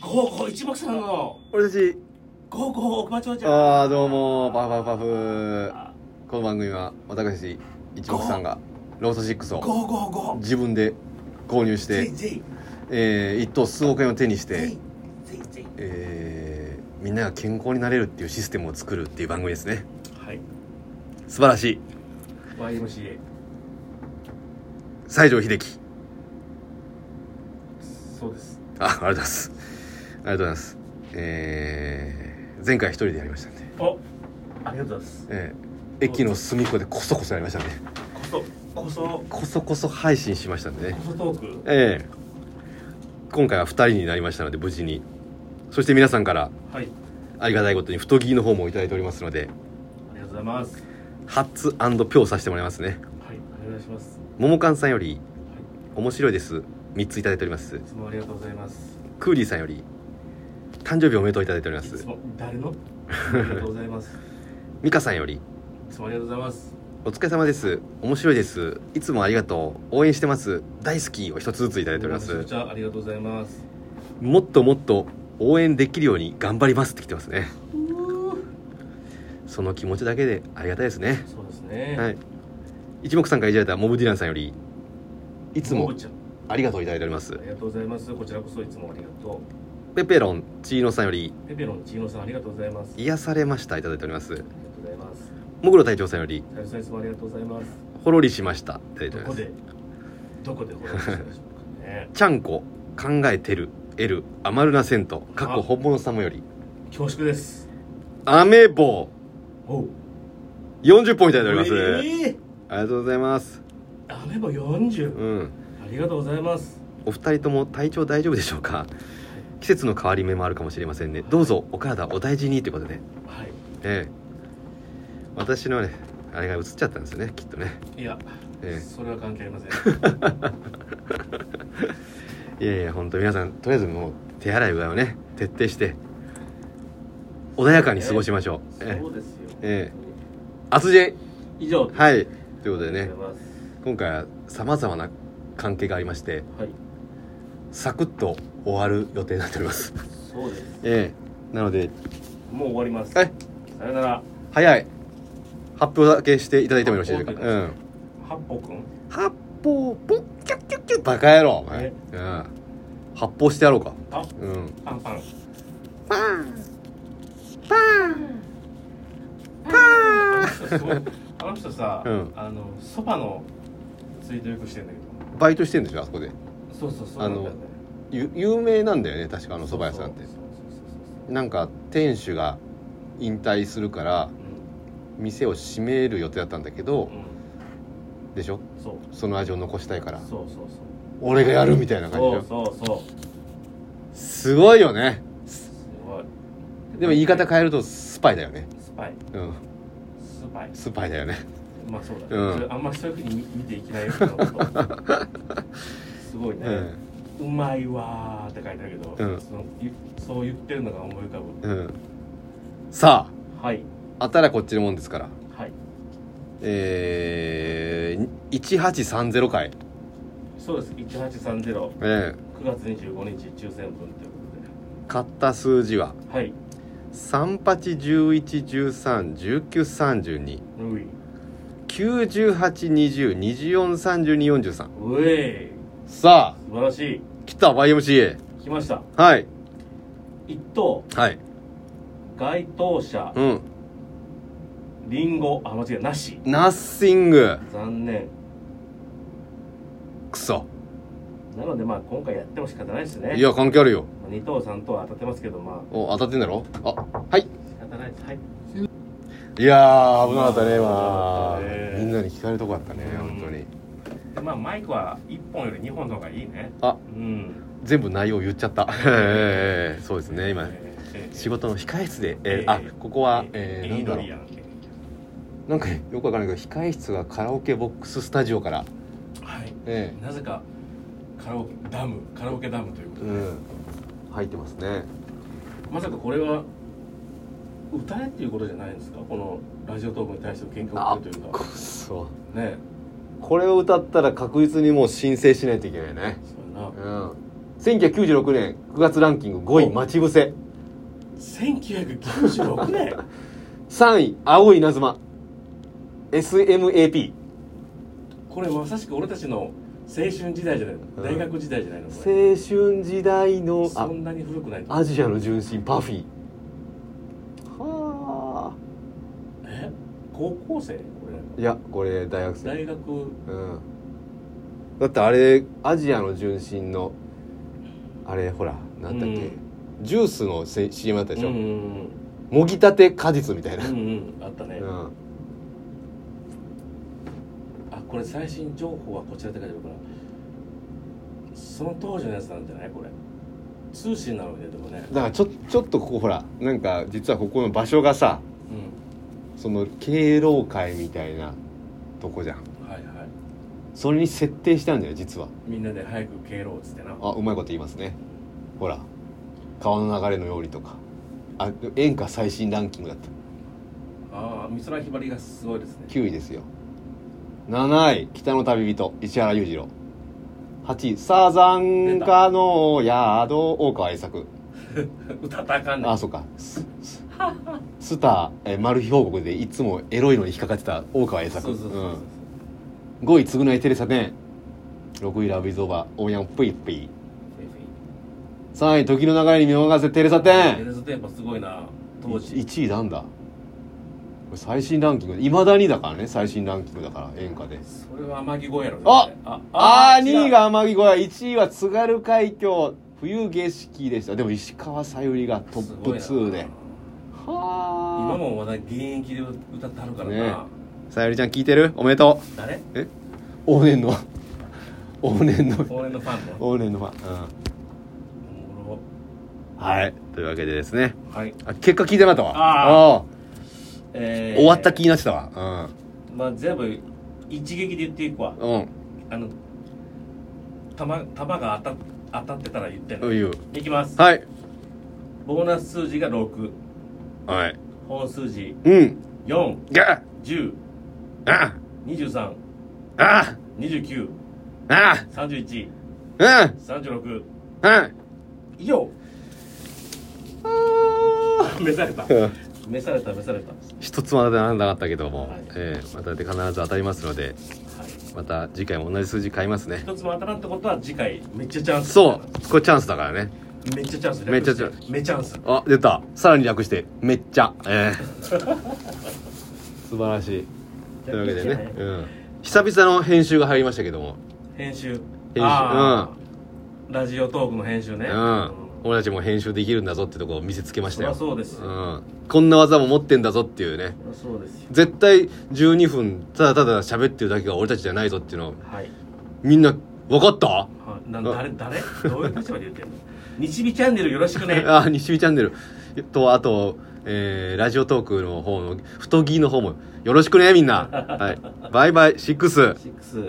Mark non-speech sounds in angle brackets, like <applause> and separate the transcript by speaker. Speaker 1: ゴーゴー一目散の
Speaker 2: 俺たち
Speaker 1: ゴーゴー奥間長者
Speaker 2: ああどうもパフパフパフこの番組は私一目さんがローソ6を
Speaker 1: ゴーゴーゴー
Speaker 2: 自分で購入し
Speaker 1: ぜ
Speaker 2: て
Speaker 1: い、ぜい
Speaker 2: えー、一等数億円を手にし
Speaker 1: ぜい
Speaker 2: て、
Speaker 1: ぜいぜい
Speaker 2: えー、みんなが健康になれるっていうシステムを作るっていう番組ですね
Speaker 1: はい
Speaker 2: 素晴らしい
Speaker 1: YMCA
Speaker 2: 西城秀樹
Speaker 1: そうです
Speaker 2: あありがとうございますありがとうございますえー、前回一人でやりましたんで
Speaker 1: おありがとうございます
Speaker 2: えー、駅の隅っこでこそこそやりましたんで
Speaker 1: こそこそこ
Speaker 2: こそこそ配信しましたんでね
Speaker 1: そトーク
Speaker 2: ええ今回は2人になりましたので無事にそして皆さんから
Speaker 1: はい
Speaker 2: ありがたいことに太着の方も頂いただいておりますので
Speaker 1: ありがとうございます
Speaker 2: ハッツピョウさせてもらいますね
Speaker 1: はいお願いします
Speaker 2: ももかんさんより
Speaker 1: は
Speaker 2: 「面白いです」3つ頂いただいております
Speaker 1: いいつもありがとうございます
Speaker 2: クーリーさんより「誕生日おめでとう」頂いただいておりま
Speaker 1: いつ
Speaker 2: す
Speaker 1: も誰のありがとうございます
Speaker 2: ミカさんより
Speaker 1: いつもありがとうございます
Speaker 2: 「お疲れ様です面白いですいつもありがとう応援してます大好き」を1つずつ頂いただいておりま
Speaker 1: めちゃ
Speaker 2: す
Speaker 1: くちゃありがとうございます
Speaker 2: もっともっと応援できるように頑張りますって来てますねその気持ちだけでありがたいですね
Speaker 1: そうですね
Speaker 2: はいい、一目散からいじられたモブディランさんよりいつも
Speaker 1: ちゃん
Speaker 2: ありがとういただいております
Speaker 1: ありがとうございますこちらこそいつもありがと
Speaker 2: ペペロンチーノさんより
Speaker 1: うペペロンチーノさんありがとうございますあり
Speaker 2: 癒されましたいただいております
Speaker 1: がとうございます
Speaker 2: もぐろ隊長さんより
Speaker 1: さゆさんいつもありがとうございます
Speaker 2: ほろりしましたいただいており
Speaker 1: どこ
Speaker 2: ます
Speaker 1: でどこでご覧になりましょうかね
Speaker 2: ちゃんこ考えてるエルアマルナセントかっこ
Speaker 1: あ
Speaker 2: 本物様より
Speaker 1: 恐縮です
Speaker 2: アメボ
Speaker 1: おう
Speaker 2: 40本いただいております、
Speaker 1: ええ
Speaker 2: ありがとうございます
Speaker 1: アメバ40
Speaker 2: うん
Speaker 1: ありがとうございます
Speaker 2: お二人とも体調大丈夫でしょうか季節の変わり目もあるかもしれませんねどうぞお体お大事にということで
Speaker 1: はい
Speaker 2: ええ私のねあれが映っちゃったんですよねきっとね
Speaker 1: いや、
Speaker 2: ええ
Speaker 1: それは関係ありません
Speaker 2: いやいや本当皆さんとりあえずもう手洗いうがいをね徹底して穏やかに過ごしましょうえ
Speaker 1: そうですよ
Speaker 2: え厚字
Speaker 1: 以上
Speaker 2: はいということで
Speaker 1: あ
Speaker 2: ね
Speaker 1: りがとうございます
Speaker 2: 今回はさまざまな関係がありまして
Speaker 1: はい
Speaker 2: サクッと終わる予定になっております
Speaker 1: そうです
Speaker 2: ええなので
Speaker 1: もう終わります
Speaker 2: え
Speaker 1: さよなら
Speaker 2: 早い発表だけしていただいてもよろしいですかうん
Speaker 1: 八歩くん
Speaker 2: 発砲ポッキャッキャッキャッバカ野郎お前、
Speaker 1: え
Speaker 2: うん、発砲してやろうか
Speaker 1: あ
Speaker 2: うん
Speaker 1: パンパン
Speaker 2: <laughs> パーンパーンパ
Speaker 1: あの人すごいあの人さ、
Speaker 2: うん
Speaker 1: あのそばのツイートよくしてんだけど
Speaker 2: ンバイトしてんでしょあそこで
Speaker 1: そうそうそうなんだよね
Speaker 2: ゆ有名なんだよね確かあの蕎麦屋さんって
Speaker 1: そうそうそうそう
Speaker 2: なんか店主が引退するから店を閉める予定だったんだけど
Speaker 1: うん、
Speaker 2: でしょ
Speaker 1: うん、そう
Speaker 2: その味を残したいから
Speaker 1: そうそう
Speaker 2: 俺がやるみたいな感じ
Speaker 1: そ
Speaker 2: で
Speaker 1: う
Speaker 2: しょ
Speaker 1: そうそうそう
Speaker 2: すごいよね
Speaker 1: すごい
Speaker 2: でも言い方変えるとスパイだよね
Speaker 1: スパイ
Speaker 2: うん
Speaker 1: スパイ
Speaker 2: スパイだよね
Speaker 1: まあそうだね、
Speaker 2: うん
Speaker 1: それあんまりそういうふうに見見ていけないようなことすごいね、
Speaker 2: うん
Speaker 1: うまいわーって書いてあるけど、
Speaker 2: うん
Speaker 1: そのいそう言ってるのが思い浮かぶ
Speaker 2: うんさあ
Speaker 1: はい
Speaker 2: あたらこっちのもんですから
Speaker 1: はい
Speaker 2: えー、1830回
Speaker 1: そうです18309
Speaker 2: ええ
Speaker 1: 月25日抽選分というこ
Speaker 2: 買った数字は
Speaker 1: とではい
Speaker 2: 38111319329820243243
Speaker 1: ういうえい
Speaker 2: さあ
Speaker 1: 素晴らしい
Speaker 2: 来た YMCA
Speaker 1: 来ました
Speaker 2: はい
Speaker 1: 一等
Speaker 2: はい
Speaker 1: 該当者
Speaker 2: うん
Speaker 1: リンゴあ間違えなし
Speaker 2: ナッシング
Speaker 1: 残念
Speaker 2: クソ
Speaker 1: なのでまあ今回やっても仕方ないですね
Speaker 2: いや関係あるよ
Speaker 1: まあ二等三等は当たってますけどまあ
Speaker 2: お当たってんだろあはい
Speaker 1: 仕方ないですはい
Speaker 2: いやー危なかったね今
Speaker 1: 危なかったね
Speaker 2: みんなに聞かれるとこだったね
Speaker 1: うん
Speaker 2: 本当に
Speaker 1: でまあマイクは一本より二本の方がいいね
Speaker 2: あ
Speaker 1: うん
Speaker 2: 全部内容言っちゃった
Speaker 1: <laughs>
Speaker 2: ええええええそうですね今
Speaker 1: えーえー
Speaker 2: 仕事の控え室で、えー
Speaker 1: えー
Speaker 2: あここは、え
Speaker 1: え
Speaker 2: ー
Speaker 1: ー
Speaker 2: なんだろ
Speaker 1: いいのにや
Speaker 2: うん
Speaker 1: け
Speaker 2: なんかよくわからないけど控え室がカラオケボックススタジオから、
Speaker 1: はい
Speaker 2: え
Speaker 1: なぜかカラオケダムカラオケダムというこ
Speaker 2: え
Speaker 1: とで、
Speaker 2: うん、入ってますね
Speaker 1: まさかこれは歌えっていうことじゃないんですかこのラジオトークに対しての見解を
Speaker 2: あ
Speaker 1: 受けるという
Speaker 2: こ
Speaker 1: か
Speaker 2: そ
Speaker 1: ね
Speaker 2: これを歌ったら確実にもう申請しないといけないね
Speaker 1: そうや
Speaker 2: う
Speaker 1: な
Speaker 2: ん1996年9月ランキング5位
Speaker 1: お
Speaker 2: 待ち伏せ
Speaker 1: 1996年
Speaker 2: 3位青い稲妻 SMAP
Speaker 1: これまさしく俺たちの青春時代じゃないの、
Speaker 2: うん
Speaker 1: 大学時代じゃないのこれ
Speaker 2: 青春時代の
Speaker 1: そ
Speaker 2: あ
Speaker 1: んなに古くない
Speaker 2: アジアの純真パフィーは
Speaker 1: え高校生こ
Speaker 2: あいやこれ大学
Speaker 1: れ
Speaker 2: 生
Speaker 1: 大学
Speaker 2: うんだってあれアジアの純真のあれほらなんだっけ、
Speaker 1: うん
Speaker 2: ジュースのせ CM だったでしょ、
Speaker 1: うんうん
Speaker 2: もぎたて果実みたいな、
Speaker 1: うんうんうんあったね、
Speaker 2: うん
Speaker 1: あこれ最新情報はこちらって書いてあるからその当時のやつなんじゃないこれ通信なのねでもね
Speaker 2: だからちょちょっとここほらなんか実はここの場所がさ
Speaker 1: う
Speaker 2: その敬老会みたいなとこじゃん
Speaker 1: んはいはい
Speaker 2: それに設定したんだよ実は
Speaker 1: みんなで早く帰ろうっつってな
Speaker 2: あうまいこと言いますねほら川の流れのようにとかあ演歌最新ランキングだった
Speaker 1: ああ美空ひばりがすごいですね <laughs>
Speaker 2: 9位ですよ7位北の旅人石原裕次郎8位サザンカの宿大川栄作
Speaker 1: 歌ったらあかんねん
Speaker 2: あそうかスススターえーマル秘報告でいつもエロいのに引っかかってた大川栄
Speaker 1: そ
Speaker 2: 作
Speaker 1: うそうそうそう、
Speaker 2: ん5位償いテレサテン6位ラブイズオーバーオーヤンプイプイ3位時の流れに見逃せテレサテ
Speaker 1: エ
Speaker 2: ン
Speaker 1: ルズテーパすごいな当時
Speaker 2: 1位なんだこれ最新ランキングいまだにだからね最新ランキングだから演歌で
Speaker 1: それは天城越えやろ
Speaker 2: あ
Speaker 1: 絶対
Speaker 2: あー2
Speaker 1: 違
Speaker 2: 位
Speaker 1: う
Speaker 2: が天城越え1位は津軽海峡冬景色でしたでも石川さゆりがトップ
Speaker 1: すご
Speaker 2: 2
Speaker 1: いな
Speaker 2: で
Speaker 1: 今
Speaker 2: はあ
Speaker 1: もまだ現役で歌ってはるからな、
Speaker 2: ねさゆりちゃん聞いてるおめでと
Speaker 1: 誰
Speaker 2: うえ往年の往年の
Speaker 1: 俺のファンの
Speaker 2: 往年のファン、
Speaker 1: おも
Speaker 2: うん、はいというわけでですね
Speaker 1: ろはい
Speaker 2: あ結果聞いてなかったわ
Speaker 1: あ
Speaker 2: あ
Speaker 1: え
Speaker 2: ー
Speaker 1: ー
Speaker 2: 終わった気になってたわ
Speaker 1: まあ全部一撃で言っていくわ
Speaker 2: うんうん
Speaker 1: あの弾弾が当た当たってたら言って
Speaker 2: う
Speaker 1: ね
Speaker 2: いう
Speaker 1: いきます
Speaker 2: はい
Speaker 1: ボーナス数字が6
Speaker 2: はい
Speaker 1: 本数字
Speaker 2: うん
Speaker 1: 4
Speaker 2: が
Speaker 1: 10
Speaker 2: あ
Speaker 1: 23
Speaker 2: あ
Speaker 1: 29
Speaker 2: あ
Speaker 1: 31
Speaker 2: あうん
Speaker 1: 36
Speaker 2: うん
Speaker 1: 以上 <laughs> 召された召された召されたは
Speaker 2: <laughs> 一つまでなんなかったけども、
Speaker 1: はい
Speaker 2: ええまたで必ず当たりますので
Speaker 1: い
Speaker 2: また次回も同じ数字買いますね
Speaker 1: 一つも当たらんってことは次回めっちゃチャンス
Speaker 2: そうこれチャンスだからね
Speaker 1: めっちゃチャンス
Speaker 2: めっちゃチャン
Speaker 1: めっちゃチャンス
Speaker 2: あ出たさらに略してめっちゃええ素晴らしいというわけで
Speaker 1: めっちゃ
Speaker 2: ね、うん、久々の編集が入りましたけども
Speaker 1: 編集
Speaker 2: 集
Speaker 1: あーラジオトークの編集ね
Speaker 2: うん、俺たちも編集できるんだぞってとこを見せつけまし
Speaker 1: そ
Speaker 2: た
Speaker 1: りゃ
Speaker 2: よ
Speaker 1: そうですよ
Speaker 2: うん、こんな技も持ってんだぞっていうね
Speaker 1: そりゃそうですよ
Speaker 2: 絶対12分ただただ喋ってるだけが俺たちじゃないぞっていうのを
Speaker 1: はい
Speaker 2: みんな分かった
Speaker 1: はいな誰誰どういう立場で言ってんの <laughs> 日々チャンネルよろしくね
Speaker 2: あ西見チャンネルとあと、えーラジオトークの方の太着の方もよろしくねみんな、はい、バイバイシックス
Speaker 1: シックス